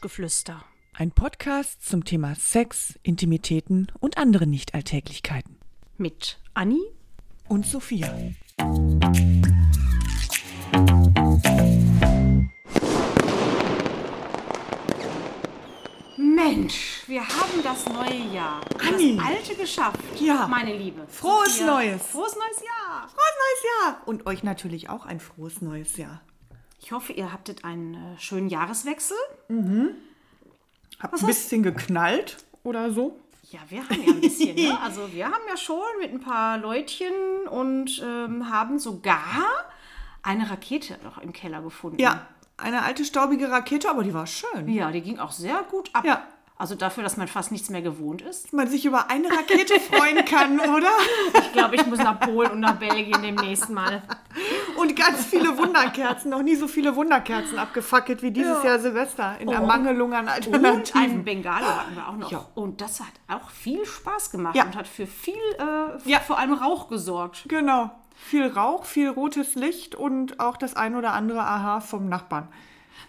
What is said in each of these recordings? Geflüster. Ein Podcast zum Thema Sex, Intimitäten und andere Nichtalltäglichkeiten. Mit Anni Und Sophia. Mensch, wir haben das neue Jahr. Anni. Das alte geschafft. Ja. Meine Liebe. Frohes Sophia, Neues. Frohes neues Jahr. Frohes neues Jahr! Und euch natürlich auch ein frohes neues Jahr. Ich hoffe, ihr habtet einen äh, schönen Jahreswechsel. Habt ein bisschen geknallt oder so? Ja, wir haben ja ein bisschen. ne? Also wir haben ja schon mit ein paar Leutchen und ähm, haben sogar eine Rakete noch im Keller gefunden. Ja, eine alte staubige Rakete, aber die war schön. Ja, die ging auch sehr gut ab. Ja. Also dafür, dass man fast nichts mehr gewohnt ist. Man sich über eine Rakete freuen kann, oder? Ich glaube, ich muss nach Polen und nach Belgien demnächst mal. Und ganz viele Wunderkerzen. Noch nie so viele Wunderkerzen abgefackelt wie dieses Jahr Silvester in Ermangelung an Und Alternativen. einen Bengalo hatten wir auch noch. Ja. Und das hat auch viel Spaß gemacht Ja. und hat für viel, äh, Ja. vor allem Rauch gesorgt. Genau. Viel Rauch, viel rotes Licht und auch das ein oder andere Aha vom Nachbarn.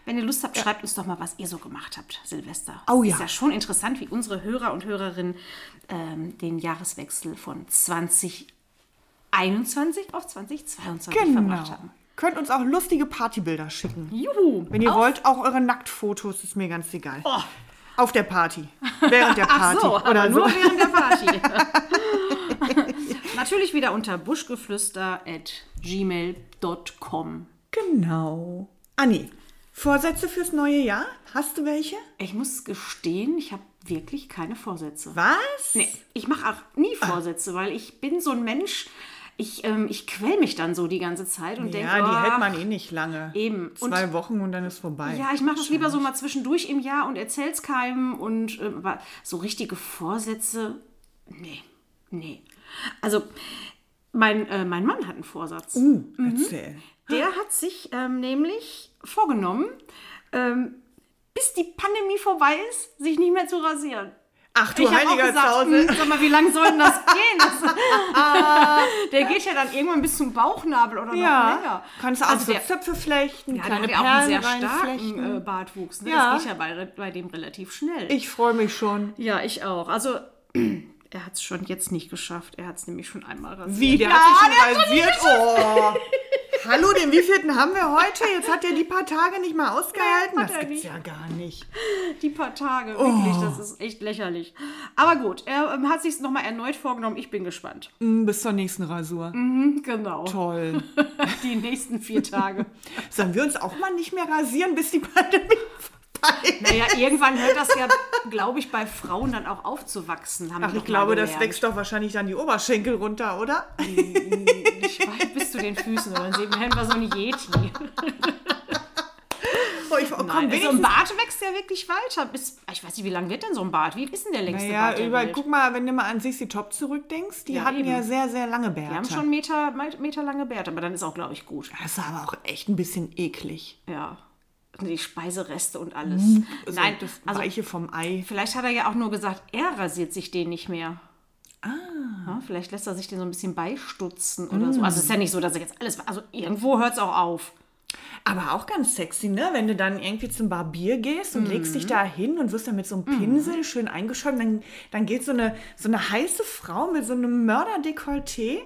Wenn ihr Lust habt, schreibt uns doch mal, was ihr so gemacht habt, Silvester. Oh Es ja. Ist ja schon interessant, wie unsere Hörer und Hörerinnen ähm, den Jahreswechsel von 2021 auf 2022 verbracht haben. Genau. Könnt uns auch lustige Partybilder schicken. Juhu! Wenn ihr Auf- wollt, auch eure Nacktfotos, ist mir ganz egal. Oh. Auf der Party. Während der Party. Ach so, also. aber oder nur so. während der Party. Natürlich wieder unter buschgeflüster at gmail.com. Genau. Anni, Vorsätze fürs neue Jahr? Hast du welche? Ich muss gestehen, ich habe wirklich keine Vorsätze. Was? Ah. Nee, ich mache auch nie Vorsätze, weil ich bin so ein Mensch, ich, ähm, ich quäl mich dann so die ganze Zeit und ah, denke, Ja, die hält man eh nicht lange. Eben. Und- Zwei Wochen und dann ist vorbei. ja, ich mache das lieber so mal zwischendurch im Jahr und erzähl's keinem und ähm, aber so richtige Vorsätze, nee, nee. Also mein, äh, mein Mann hat einen Vorsatz. Uh, Mhm. erzähl. Der hat sich ähm, nämlich vorgenommen, ähm, bis die Pandemie vorbei ist, sich nicht mehr zu rasieren. Ach du ich habe auch heiliger gesagt, Zause. "Hm, sag mal, wie lange soll denn das gehen? Das, der geht ja dann irgendwann bis zum Bauchnabel oder noch Ja. länger. Kannst du auch also so der, Zöpfe flechten, ja, der kleine hat ja auch einen Perlen sehr starken reinflechten. äh, Bartwuchs. Ne? Ja. Das geht ja bei, bei dem relativ schnell. ich freue mich schon. ja, ich auch. Also er hat es schon jetzt nicht geschafft. Er hat es nämlich schon einmal rasiert. Wie, der ja, hat sich schon rasiert? Oh. Hallo, den wievielten haben wir heute? Jetzt hat er die paar Tage nicht mal ausgehalten. Nein, hat das er gibt's nicht. ja gar nicht. Die paar Tage, wirklich, das ist echt lächerlich. Aber gut, er ähm, hat sich es nochmal erneut vorgenommen. Ich bin gespannt. Hm, Bis zur nächsten Rasur. Genau. Toll. Die nächsten vier Tage. Sollen wir uns auch mal nicht mehr rasieren, bis die Pandemie vorbei ist? naja, irgendwann hört das ja, glaube ich, bei Frauen dann auch aufzuwachsen. Haben Ach, wir ich doch glaube, mal das gelernt. wächst doch wahrscheinlich dann die Oberschenkel runter, oder? Ich weiß, bis zu den Füßen. Und dann sehen wir einfach so ein Yeti. Oh, ich, oh, komm, Nein, so ein wenigstens- Bart wächst ja wirklich weiter. Bis, ah, ich weiß nicht, wie lang wird denn so ein Bart? Wie ist denn der längste Bart? Ja, Der über, Welt? guck mal, wenn du mal an Sissy Top zurückdenkst, die Ja, hatten eben. ja sehr, sehr lange Bärte. Wir haben schon Meter, Meter lange Bärte, aber dann ist auch, glaube ich, gut. Das war aber auch echt ein bisschen eklig. Ja. Die Speisereste und alles. So Nein, das also Weiche vom Ei. Vielleicht hat er ja auch nur gesagt, er rasiert sich den nicht mehr. Ah. Ja, vielleicht lässt er sich den so ein bisschen beistutzen oder Mhm. so. Also es ist ja nicht so, dass er jetzt alles. Also irgendwo hört es auch auf. Aber auch ganz sexy, ne? Wenn du dann irgendwie zum Barbier gehst und legst Mhm. dich da hin und wirst dann mit so einem Pinsel schön eingeschoben, dann, dann geht so eine, so eine heiße Frau mit so einem Mörderdekolleté,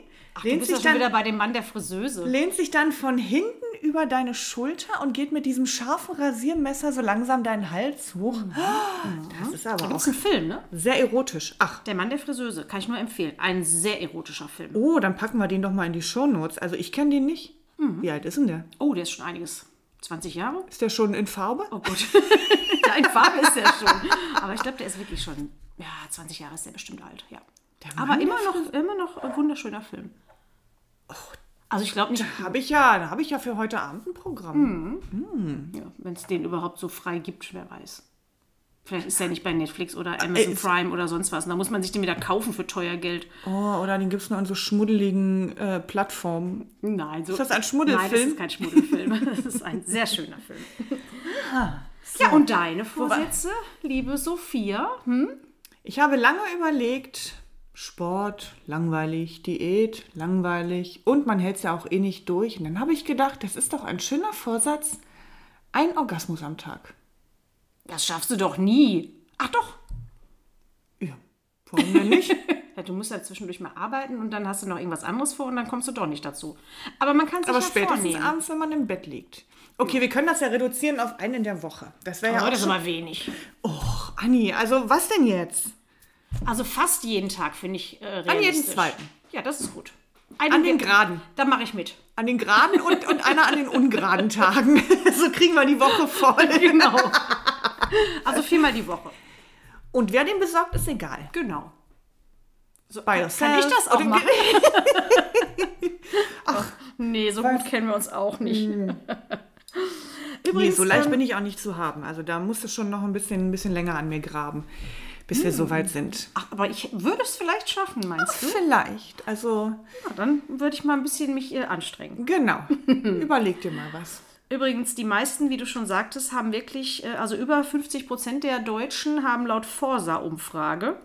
Du lehnt bist ja sich schon dann wieder bei dem Mann der Friseuse. lehnt sich dann von hinten über deine Schulter und geht mit diesem scharfen Rasiermesser so langsam deinen Hals hoch. Mhm. Ah, Das ist aber auch Das ist ein Film, ne? sehr erotisch. Ach, Der Mann der Friseuse, kann ich nur empfehlen. Ein sehr erotischer Film. oh, dann packen wir den doch mal in die Shownotes. Also ich kenne den nicht. Wie alt ist denn der? Oh, der ist schon einiges. 20 Jahre? Ist der schon in Farbe? Oh Gott. ja, in Farbe ist er schon. Aber ich glaube, der ist wirklich schon. Ja, 20 Jahre ist der bestimmt alt, ja. Aber immer noch, immer noch ein wunderschöner Film. Also ich glaube nicht, Habe ich ja, da habe ich ja für heute Abend ein Programm. Ja, wenn es den überhaupt so frei gibt, wer weiß. Vielleicht ist er nicht bei Netflix oder Amazon ist- Prime oder sonst was. Und Da muss man sich den wieder kaufen für teuer Geld. Oh, oder den gibt es nur an so schmuddeligen äh, Plattformen. Nein, so. Ist das ein Schmuddelfilm? Nein, das ist kein Schmuddelfilm. Das ist ein sehr schöner Film. Ah, Ja, und deine Vorsätze, liebe Sophia? Ich habe lange überlegt, Sport, langweilig, Diät, langweilig und man hält es ja auch eh nicht durch. Und dann habe ich gedacht, das ist doch ein schöner Vorsatz, ein Orgasmus am Tag. Das schaffst du doch nie. Ach doch. Ja, warum denn nicht? Ja, du musst ja zwischendurch mal arbeiten und dann hast du noch irgendwas anderes vor und dann kommst du doch nicht dazu. Aber man kann sich Aber ja spätestens vornehmen. abends, wenn man im Bett liegt. Okay, wir können das ja reduzieren auf einen in der Woche. Das wäre ja Aber auch Oh, das ist schon... immer wenig. Och, Anni, also was denn jetzt? Also fast jeden Tag finde ich äh, realistisch. jeden zweiten. Ja, das ist gut. Einen An den der- Geraden. Da mache ich mit. An den geraden und, und einer an den ungeraden Tagen. so kriegen wir die Woche voll. Genau. also viermal die Woche. Und wer den besorgt, ist egal. Genau. So, By äh, Kann ich das auch machen? Nee, so gut kennen wir uns auch nicht. Nee, Übrigens, so leicht ähm, bin ich auch nicht zu haben. Also da musst du schon noch ein bisschen, ein bisschen länger an mir graben, bis wir Hm. so weit sind. ach, aber ich würde es vielleicht schaffen, meinst du? Vielleicht. Also, Ja, dann würde ich mal ein bisschen mich äh, anstrengen. genau. Überleg dir mal was. Übrigens, die meisten, wie du schon sagtest, haben wirklich, äh, also über 50 Prozent der Deutschen haben laut Forsa-Umfrage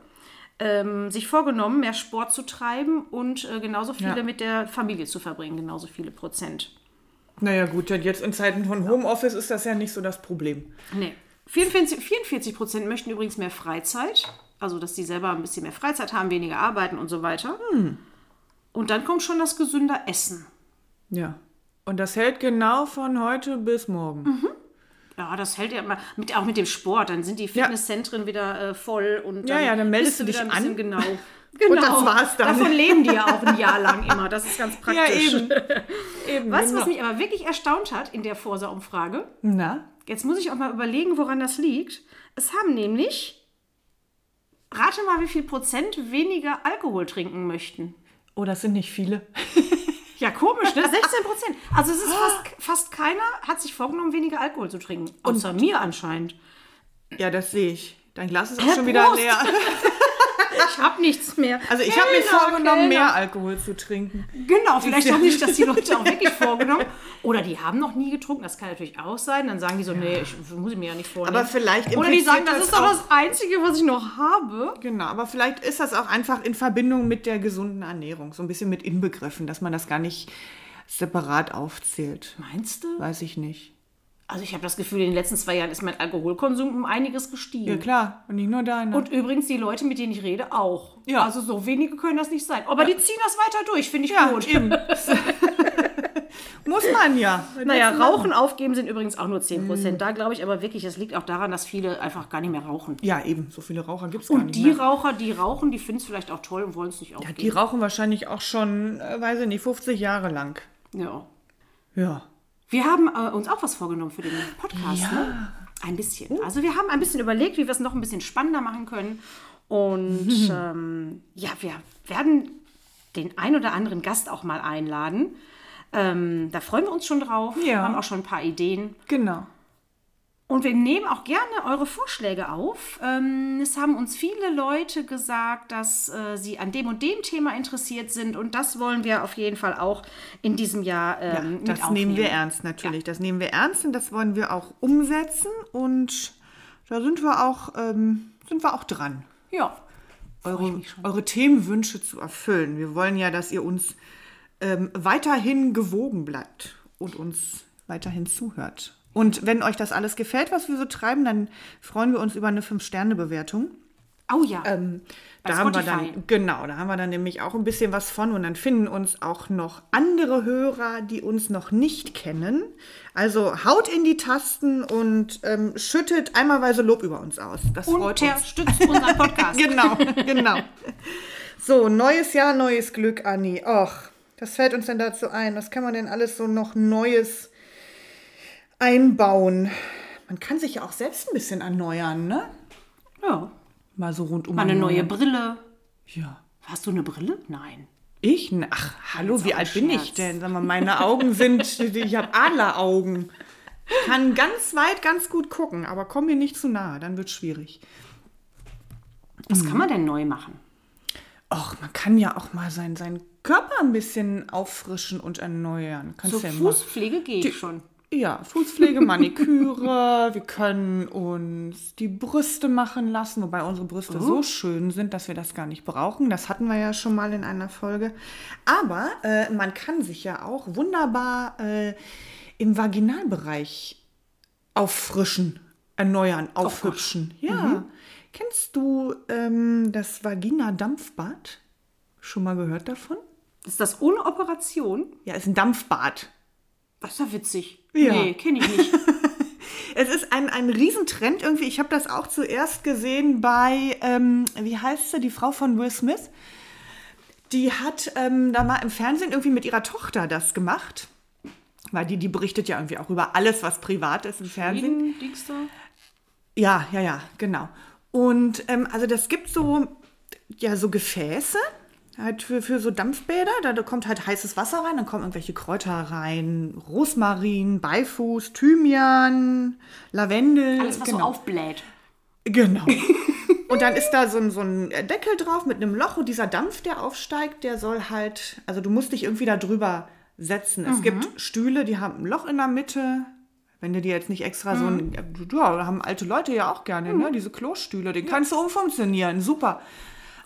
ähm, sich vorgenommen, mehr Sport zu treiben und äh, genauso viele Ja. mit der Familie zu verbringen, genauso viele Prozent. Naja, gut, denn jetzt in Zeiten von Homeoffice ist das ja nicht so das Problem. Nee. 44 Prozent möchten übrigens mehr Freizeit. Also, dass die selber ein bisschen mehr Freizeit haben, weniger arbeiten und so weiter. Hm. Und dann kommt schon das gesünder Essen. Ja. Und das hält genau von heute bis morgen. Ja, das hält ja immer. Mit, auch mit dem Sport. Dann sind die Fitnesszentren wieder äh, voll und Ja, dann, ja, dann meldest bist du dich wieder ein bisschen an. Genau. genau. das war's dann. Davon leben die ja auch ein Jahr lang immer. Das ist ganz praktisch. Ja, eben. eben Weißt du, genau. was mich aber wirklich erstaunt hat in der Forsa-Umfrage? Na? Jetzt muss ich auch mal überlegen, woran das liegt. Es haben nämlich, rate mal, wie viel Prozent weniger Alkohol trinken möchten. Oh, das sind nicht viele. Ja, komisch, ne? 16 Prozent. Also es ist fast, fast keiner hat sich vorgenommen, weniger Alkohol zu trinken. Außer mir anscheinend. Ja, das sehe ich. Dein Glas ist auch Herr schon wieder Prost! leer. Ich habe nichts mehr. Also ich habe mir Kellner, vorgenommen, Genau, Kellner. mehr Alkohol zu trinken. Genau, vielleicht haben sich das die Leute auch wirklich vorgenommen. Oder die haben noch nie getrunken, das kann natürlich auch sein. Dann sagen die so, nee, ich muss ich mir ja nicht vornehmen. Aber vielleicht Oder die sagen, impliziert das das ist doch auch- das Einzige, was ich noch habe. Genau, aber vielleicht ist das auch einfach in Verbindung mit der gesunden Ernährung, so ein bisschen mit inbegriffen, dass man das gar nicht separat aufzählt. Meinst du? Weiß ich nicht. Also ich habe das Gefühl, in den letzten zwei Jahren ist mein Alkoholkonsum um einiges gestiegen. Ja genau. klar, und nicht nur deine. Und übrigens die Leute, mit denen ich rede, auch. Ja. Also so wenige können das nicht sein. Aber die ziehen das weiter durch, finde ich ja, gut. eben. Muss man ja. Naja, Rauchen aufgeben sind übrigens auch nur 10%. Mhm. Da glaube ich aber wirklich, das liegt auch daran, dass viele einfach gar nicht mehr rauchen. Ja, eben. So viele Raucher gibt es gar nicht Die mehr. Raucher, die rauchen, die finden es vielleicht auch toll und wollen es nicht aufgeben. Die rauchen wahrscheinlich auch schon, äh, weiß ich nicht, 50 Jahre lang. Ja. Ja. Wir haben äh, uns auch was vorgenommen für den Podcast, ne? Ein bisschen. Oh. Also wir haben ein bisschen überlegt, wie wir es noch ein bisschen spannender machen können. Und ähm, ja, wir werden den ein oder anderen Gast auch mal einladen. Ähm, da freuen wir uns schon drauf. Wir Ja. haben auch schon ein paar Ideen. Genau. Und wir nehmen auch gerne eure Vorschläge auf. Ähm, es haben uns viele Leute gesagt, dass äh, sie an dem und dem Thema interessiert sind. Und das wollen wir auf jeden Fall auch in diesem Jahr ähm, mit Das aufnehmen. nehmen wir ernst, natürlich. Das nehmen wir ernst und das wollen wir auch umsetzen. Und da sind wir auch, ähm, sind wir auch dran, Ja. eure, eure Themenwünsche zu erfüllen. Wir wollen ja, dass ihr uns ähm, weiterhin gewogen bleibt und uns weiterhin zuhört. Und wenn euch das alles gefällt, was wir so treiben, dann freuen wir uns über eine 5-Sterne-Bewertung. Oh ja. Ähm, Da haben wir Spotify. dann, genau, da haben wir dann nämlich auch ein bisschen was von und dann finden uns auch noch andere Hörer, die uns noch nicht kennen. Also haut in die Tasten und ähm, schüttet einmalweise Lob über uns aus. Das freut uns. unterstützt unseren Podcast. Genau, genau. So, neues Jahr, neues Glück, Anni. Och, das fällt uns denn dazu ein? Was kann man denn alles so noch Neues einbauen? Man kann sich ja auch selbst ein bisschen erneuern, ne? ja. Mal so rundum. Mal eine erneuern. neue Brille. Ja. Hast du eine Brille? Nein. Ich? Na, Ach, hallo, wie auch alt ein bin Scherz. ich denn? Sag mal, meine Augen sind, ich habe Adleraugen. Ich kann ganz weit, ganz gut gucken, aber komm mir nicht zu nahe, dann wird schwierig. Was Mhm. kann man denn neu machen? Och, man kann ja auch mal sein, seinen Körper ein bisschen auffrischen und erneuern. Kannst So ja Fußpflege geht schon. Immer. Ja, Fußpflege, Maniküre, wir können uns die Brüste machen lassen, wobei unsere Brüste so schön sind, dass wir das gar nicht brauchen. Das hatten wir ja schon mal in einer Folge. Aber äh, man kann sich ja auch wunderbar äh, im Vaginalbereich auffrischen. erneuern, aufhübschen. ja. Kennst du ähm, das Vagina-Dampfbad? Schon mal gehört davon? Ist das ohne Operation? Ja, ist ein Dampfbad. Das ist ja witzig. Ja. Nee, kenne ich nicht. Es ist ein, ein Riesentrend irgendwie. Ich habe das auch zuerst gesehen bei, ähm, wie heißt sie, die Frau von Will Smith. Die hat ähm, da mal im Fernsehen irgendwie mit ihrer Tochter das gemacht. Weil die, die berichtet ja irgendwie auch über alles, was privat ist im Fernsehen. Jeden Dickster. Ja, ja, ja, genau. Und ähm, also das gibt so, ja, so Gefäße halt für, für so Dampfbäder. Da, da kommt halt heißes Wasser rein, dann kommen irgendwelche Kräuter rein, Rosmarin, Beifuß, Thymian, Lavendel. Alles, was so aufbläht. Genau. Und dann ist da so ein, so ein Deckel drauf mit einem Loch und dieser Dampf, der aufsteigt, der soll halt, also du musst dich irgendwie da drüber setzen. Es gibt Stühle, die haben ein Loch in der Mitte. Wenn du dir jetzt nicht extra so ein, ja, haben alte Leute ja auch gerne, ne? Diese Klostühle, den kannst du umfunktionieren, super.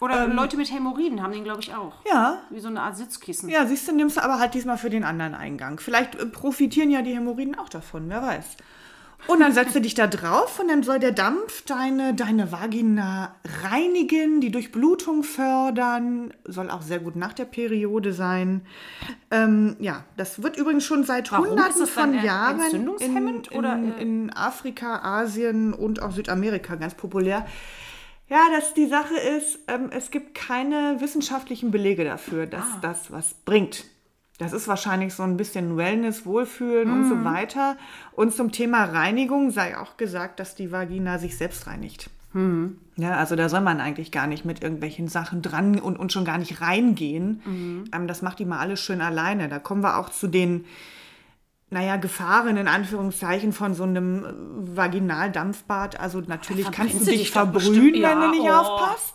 Oder Leute mit Hämorrhoiden haben den, glaube ich, auch. Ähm, Ja, Wie so eine Art Sitzkissen. ja, siehst du, nimmst du aber halt diesmal für den anderen Eingang. Vielleicht äh, profitieren ja die Hämorrhoiden auch davon, wer weiß. Und dann setzt du dich da drauf und dann soll der Dampf deine, deine Vagina reinigen, die Durchblutung fördern, soll auch sehr gut nach der Periode sein. Ähm, ja, das wird übrigens schon seit Warum? Ist Hunderten das dann von en- Jahren in, entzündungshemmend in, oder, äh? in Afrika, Asien und auch Südamerika ganz populär. Ja, dass die Sache ist, ähm, es gibt keine wissenschaftlichen Belege dafür, dass das was bringt. Das ist wahrscheinlich so ein bisschen Wellness, Wohlfühlen und so weiter. Und zum Thema Reinigung sei auch gesagt, dass die Vagina sich selbst reinigt. Ja, also da soll man eigentlich gar nicht mit irgendwelchen Sachen dran und, und schon gar nicht reingehen. Mhm. Ähm, das macht die mal alles schön alleine. Da kommen wir auch zu den, naja, Gefahren in Anführungszeichen von so einem äh, Vaginaldampfbad. Also natürlich kannst du Verbrennst du dich dich doch verbrühen, bestimmt. wenn Ja, du nicht oh. aufpasst.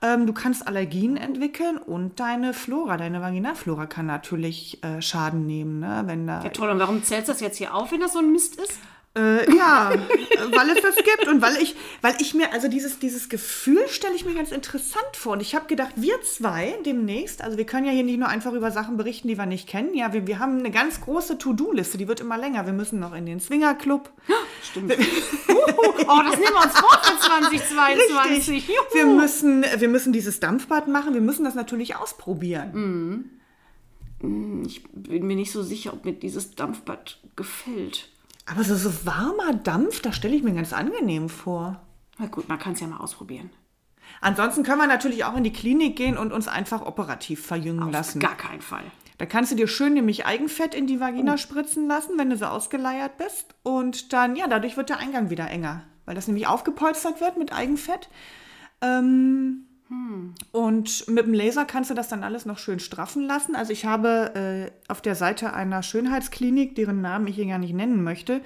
Ähm, du kannst Allergien entwickeln und deine Flora, deine Vaginalflora kann natürlich äh, Schaden nehmen, ne? wenn da Ja, toll. Und warum zählst du das jetzt hier auf, wenn das so ein Mist ist? äh, ja, weil es das gibt und weil ich, weil ich mir, also dieses, dieses Gefühl stelle ich mir ganz interessant vor. Und ich habe gedacht, wir zwei demnächst, also wir können ja hier nicht nur einfach über Sachen berichten, die wir nicht kennen. Ja, wir, wir haben eine ganz große To-Do-Liste, die wird immer länger. Wir müssen noch in den Swingerclub. Stimmt. oh, das nehmen wir uns vor für 2022. Richtig. Juhu. Wir müssen, wir müssen dieses Dampfbad machen, wir müssen das natürlich ausprobieren. Ich bin mir nicht so sicher, ob mir dieses Dampfbad gefällt. Aber so, so warmer Dampf, da stelle ich mir ganz angenehm vor. Na gut, man kann es ja mal ausprobieren. Ansonsten können wir natürlich auch in die Klinik gehen und uns einfach operativ verjüngen lassen. Gar keinen Fall. Da kannst du dir schön nämlich Eigenfett in die Vagina spritzen lassen, wenn du so ausgeleiert bist. Und dann, ja, dadurch wird der Eingang wieder enger, weil das nämlich aufgepolstert wird mit Eigenfett. Ähm, Und mit dem Laser kannst du das dann alles noch schön straffen lassen. Also ich habe äh, auf der Seite einer Schönheitsklinik, deren Namen ich hier gar nicht nennen möchte,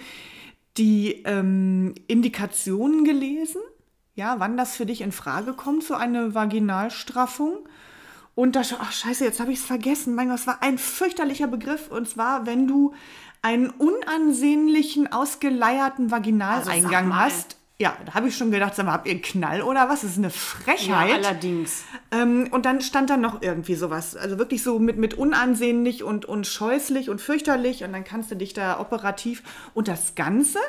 die ähm, Indikationen gelesen, ja, wann das für dich in Frage kommt, so eine Vaginalstraffung. Und da, scha- ach scheiße, jetzt habe ich es vergessen. Mein Gott, es war ein fürchterlicher Begriff. Und zwar, wenn du einen unansehnlichen, ausgeleierten Also sag Vaginaleingang mal. hast. Ja, da habe ich schon gedacht, sag mal, habt ihr einen Knall oder was? Das ist eine Ja, Frechheit. allerdings. Ähm, und dann stand da noch irgendwie sowas. Also wirklich so mit, mit unansehnlich und, und scheußlich und fürchterlich. Und dann kannst du dich da operativ. Und das Ganze,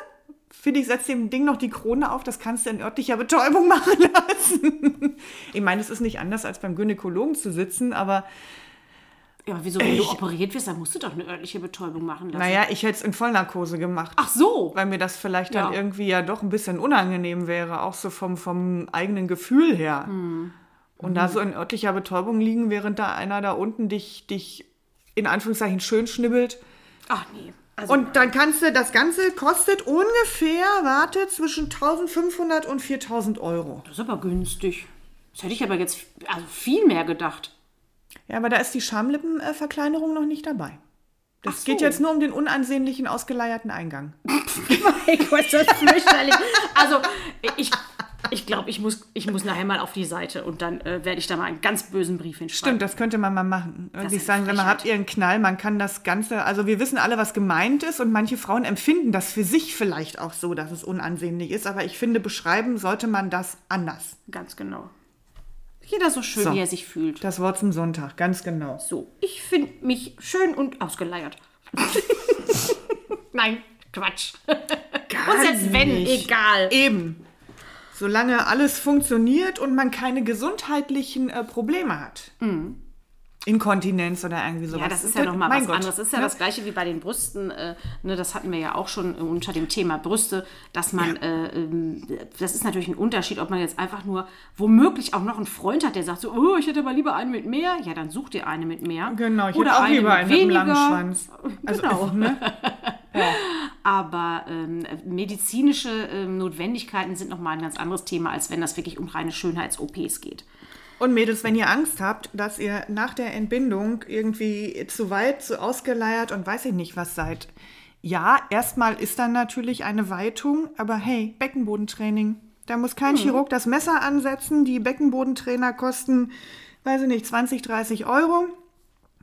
finde ich, setzt dem Ding noch die Krone auf. Das kannst du in örtlicher Betäubung machen lassen. ich meine, es ist nicht anders, als beim Gynäkologen zu sitzen. Aber Ja, aber wieso, wenn du operiert wirst, dann musst du doch eine örtliche Betäubung machen lassen. naja, ich hätte es in Vollnarkose gemacht. Ach so. Weil mir das vielleicht dann Ja. irgendwie ja doch ein bisschen unangenehm wäre. Auch so vom, vom eigenen Gefühl her. Hm. Und da so in örtlicher Betäubung liegen, während da einer da unten dich, dich in Anführungszeichen schön schnibbelt. Ach nee. Also, Und dann kannst du, das Ganze kostet ungefähr, warte, zwischen 1500 und 4000 Euro. das ist aber günstig. Das hätte ich aber jetzt also viel mehr gedacht. Ja, aber da ist die Schamlippenverkleinerung noch nicht dabei. Das Ach geht so. jetzt nur um den unansehnlichen, ausgeleierten Eingang. Mein Gott, das ist fürchterlich. Also, ich, ich glaube, ich muss, ich muss nachher mal auf die Seite und dann äh, werde ich da mal einen ganz bösen Brief hinschreiben. Stimmt, das könnte man mal machen. Irgendwie ist sagen, eine wenn man Frechheit. habt ihr einen Knall, man kann das Ganze, also wir wissen alle, was gemeint ist und manche Frauen empfinden das für sich vielleicht auch so, dass es unansehnlich ist, aber ich finde, beschreiben sollte man das anders. Ganz genau. Jeder so schön, So. wie er sich fühlt. Das Wort zum Sonntag, ganz genau. So, ich finde mich schön und ausgeleiert. Nein, Quatsch. und selbst wenn, nicht. egal. Eben. Solange alles funktioniert und man keine gesundheitlichen äh, Probleme hat. Inkontinenz oder irgendwie sowas. Mhm. Ja, das ist ja Dann- nochmal mein was Gott. anderes. Das ist ja das Gleiche wie bei den Brüsten. Äh, ne, das hatten wir ja auch schon unter dem Thema Brüste, dass man, äh, ähm, das ist natürlich ein Unterschied, ob man jetzt einfach nur womöglich auch noch einen Freund hat, der sagt so, oh, ich hätte aber lieber einen mit mehr. Ja, dann such dir eine mit mehr. Genau, ich Oder hätte auch eine lieber mit einen mit einem langen weniger. Schwanz. Also, Genau. ne? Aber ähm, medizinische ähm, Notwendigkeiten sind nochmal ein ganz anderes Thema, als wenn das wirklich um reine Schönheits-OPs geht. Und Mädels, wenn ihr Angst habt, dass ihr nach der Entbindung irgendwie zu weit, zu ausgeleiert und weiß ich nicht was seid. Ja, erstmal ist dann natürlich eine Weitung, aber hey, Beckenbodentraining. Da muss kein Chirurg das Messer ansetzen. Die Beckenbodentrainer kosten, weiß ich nicht, 20, 30 Euro.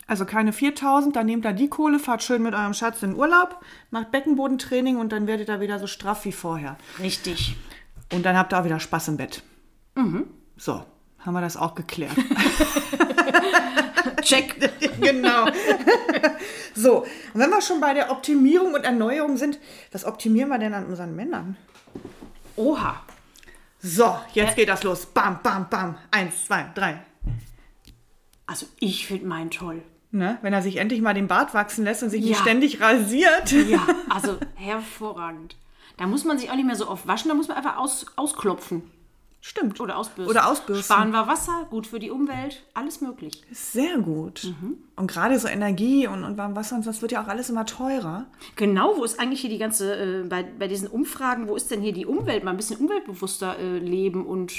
Also keine 4000, dann nehmt da die Kohle, fahrt schön mit eurem Schatz in Urlaub, macht Beckenbodentraining und dann werdet ihr wieder so straff wie vorher. Richtig. Und dann habt ihr auch wieder Spaß im Bett. So, haben wir das auch geklärt. Check. genau. so, und wenn wir schon bei der Optimierung und Erneuerung sind, was optimieren wir denn an unseren Männern? Oha. So, jetzt geht das los. Bam, bam, bam. Eins, zwei, drei. Also ich finde meinen toll. Ne? Wenn er sich endlich mal den Bart wachsen lässt und sich Ja. nicht ständig rasiert. Ja, also hervorragend. Da muss man sich auch nicht mehr so oft waschen, da muss man einfach aus, ausklopfen Stimmt. oder ausbürsten. Oder ausbürsten. Sparen wir Wasser, gut für die Umwelt, alles möglich. Sehr gut. Mhm. Und gerade so Energie und, und warm Wasser und sonst wird ja auch alles immer teurer. Genau, wo ist eigentlich hier die ganze, äh, bei, bei diesen Umfragen, wo ist denn hier die Umwelt? Mal ein bisschen umweltbewusster äh, leben und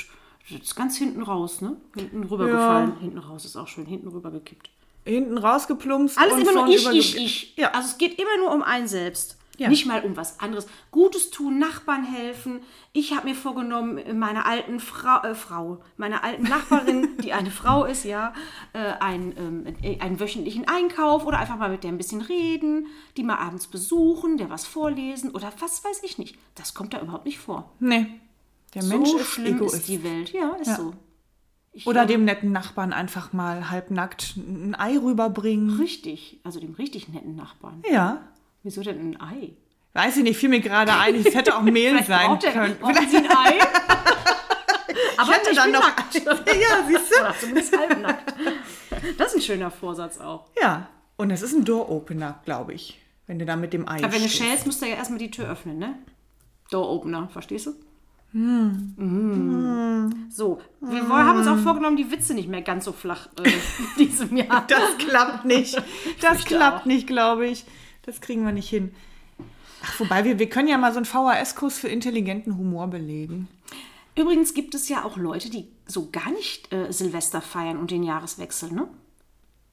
das ist ganz hinten raus, ne? Hinten rübergefallen. Hinten raus ist auch schön, hinten rübergekippt. Hinten rausgeplumpst. Alles und immer nur vorne ich, über- ich, ich. Ja. Also es geht immer nur um einen selbst. Ja. Nicht mal um was anderes. Gutes tun, Nachbarn helfen. Ich habe mir vorgenommen, meiner alten Frau, äh, Frau, meiner alten Nachbarin, die eine Frau ist, ja, äh, einen, ähm, einen wöchentlichen Einkauf oder einfach mal mit der ein bisschen reden, die mal abends besuchen, der was vorlesen oder was weiß ich nicht. Das kommt da überhaupt nicht vor. nee. Der So Mensch ist schlimm Egoist. ist die Welt. Ja, ist so. Ich Oder dem netten Nachbarn einfach mal halbnackt ein Ei rüberbringen. richtig, also dem richtig netten Nachbarn. Ja. Wieso denn ein Ei? Weiß ich nicht, fiel mir gerade ein, es hätte auch Mehl sein Braucht er- können. brauchen Sie ein Ei? Aber hätte ich dann bin noch- nackt. ja, siehst Oder zumindest halbnackt. Das ist ein schöner Vorsatz auch. du? Ja. Und das ist ein Door-Opener, glaube ich. Wenn du da mit dem Ei Aber wenn du stehst. schälst, musst du ja erstmal die Tür öffnen, ne? Hm. Door-Opener, verstehst du? Mm. So, wir woll- haben uns auch vorgenommen, die Witze nicht mehr ganz so flach äh, in diesem Jahr. Das klappt nicht. Das fürchte klappt auch. nicht, glaube ich. Das kriegen wir nicht hin. Ach, wobei, wir, wir können ja mal so einen VHS-Kurs für intelligenten Humor belegen. Übrigens gibt es ja auch Leute, die so gar nicht äh, Silvester feiern und den Jahreswechsel, ne?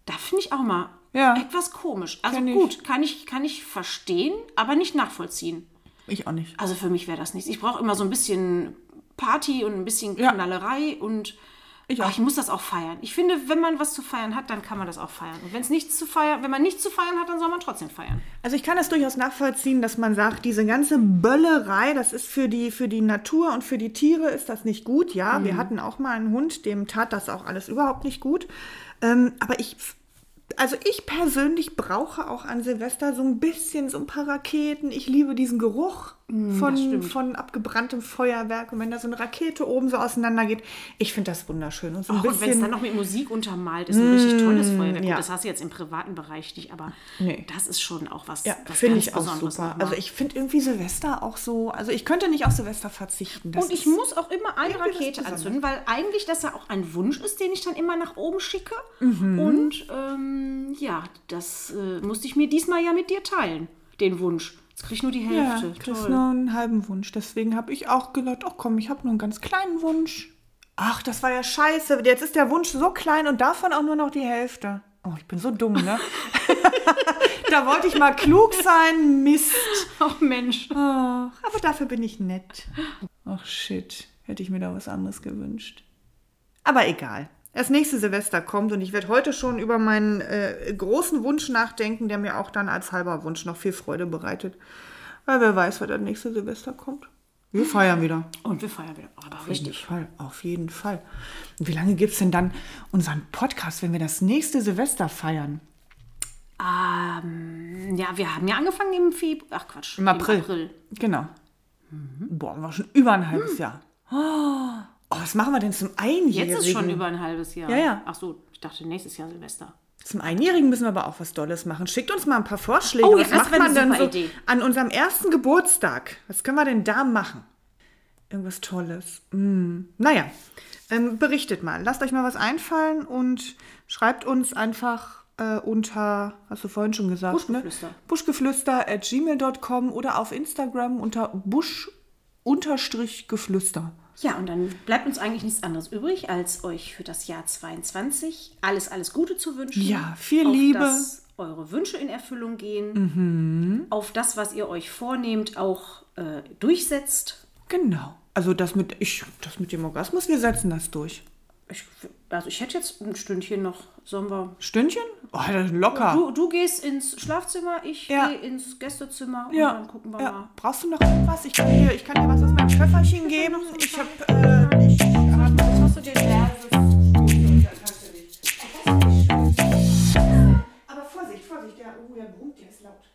Da finde ich auch mal Ja. etwas komisch. Also Kenn ich. gut, kann ich, kann ich verstehen, aber nicht nachvollziehen. Ich auch nicht. Also für mich wäre das nichts. Ich brauche immer so ein bisschen Party und ein bisschen Ja. Knallerei und Ich Ach, auch. ich muss das auch feiern. Ich finde, wenn man was zu feiern hat, dann kann man das auch feiern. Und wenn es nichts zu feiern, wenn man nichts zu feiern hat, dann soll man trotzdem feiern. Also ich kann das durchaus nachvollziehen, dass man sagt, diese ganze Böllerei, das ist für die, für die Natur und für die Tiere ist das nicht gut. Ja, Mhm. wir hatten auch mal einen Hund, dem tat das auch alles überhaupt nicht gut. Ähm, aber ich, also ich persönlich brauche auch an Silvester so ein bisschen so ein paar Raketen. Ich liebe diesen Geruch Mhm, von, von abgebranntem Feuerwerk. Und wenn da so eine Rakete oben so auseinander geht, ich finde das wunderschön. Und so ein Ach, und wenn es bisschen, Mm, dann noch mit Musik untermalt ist, ein richtig tolles Feuerwerk. Gut, ja. Das hast du jetzt im privaten Bereich nicht, aber Nee. das ist schon auch was, ja, was finde ganz ich auch Besonderes super. nochmal. Also ich finde irgendwie Silvester auch so, also ich könnte nicht auf Silvester verzichten. Das und ich ist- muss auch immer eine irgendwie was Rakete Besonderes. anzünden, weil eigentlich das ja auch ein Wunsch ist, den ich dann immer nach oben schicke. Mhm. Und ähm, ja, das äh, musste ich mir diesmal ja mit dir teilen, den Wunsch. Jetzt krieg ich nur die Ja, Hälfte. kriegst Toll. nur einen halben Wunsch. Deswegen habe ich auch gedacht, ach komm, ich habe nur einen ganz kleinen Wunsch. Ach, das war ja scheiße. Jetzt ist der Wunsch so klein und davon auch nur noch die Hälfte. Oh, ich bin so dumm, ne? da wollte ich mal klug sein, Mist. Ach Mensch. Ach, aber dafür bin ich nett. Ach shit, hätte ich mir da was anderes gewünscht. Aber egal. Das nächste Silvester kommt und ich werde heute schon über meinen äh, großen Wunsch nachdenken, der mir auch dann als halber Wunsch noch viel Freude bereitet. Weil wer weiß, wann das nächste Silvester kommt. Wir feiern wieder. Und wir feiern wieder. Aber Auf jeden richtig. Fall, auf jeden Fall. Und wie lange gibt es denn dann unseren Podcast, wenn wir das nächste Silvester feiern? Ähm, Ja, wir haben ja angefangen im Mhm. Februar. Ach Quatsch. Im April. Genau. Boah, war schon über ein halbes Jahr. Oh, was machen wir denn zum Einjährigen? Hm. Jetzt ist schon über ein halbes Jahr. Ja, ja. Ach so, ich dachte nächstes Jahr Silvester. Zum Einjährigen müssen wir aber auch was Dolles machen. Schickt uns mal ein paar Vorschläge. Oh, ja, was das macht wäre man eine denn so super Idee. an unserem ersten Geburtstag? Was können wir denn da machen? Irgendwas Tolles. Hm. Naja, ähm, berichtet mal. Lasst euch mal was einfallen und schreibt uns einfach äh, unter, hast du vorhin schon gesagt, Buschgeflüster. ne? Buschgeflüster at gmail.com oder auf Instagram unter busch-geflüster. Ja, und dann bleibt uns eigentlich nichts anderes übrig, als euch für das Jahr 22 alles, alles Gute zu wünschen. Ja, viel auf Liebe. Dass eure Wünsche in Erfüllung gehen. Mhm. Auf das, was ihr euch vornehmt, auch äh, durchsetzt. Genau. Also das mit, ich, das mit dem Orgasmus, wir setzen das durch. Ich, also ich hätte jetzt ein Stündchen noch. Sollen wir... Stündchen? Oh, locker. Du, du gehst ins Schlafzimmer, ich Ja. gehe ins Gästezimmer und dann gucken wir ja. mal. Brauchst du noch irgendwas? Ich kann dir, ich kann dir was aus meinem Köfferchen geben. Ich habe äh, ich hab Hast du dir Aber Vorsicht, Vorsicht, der, oh, der brummt, der ist laut.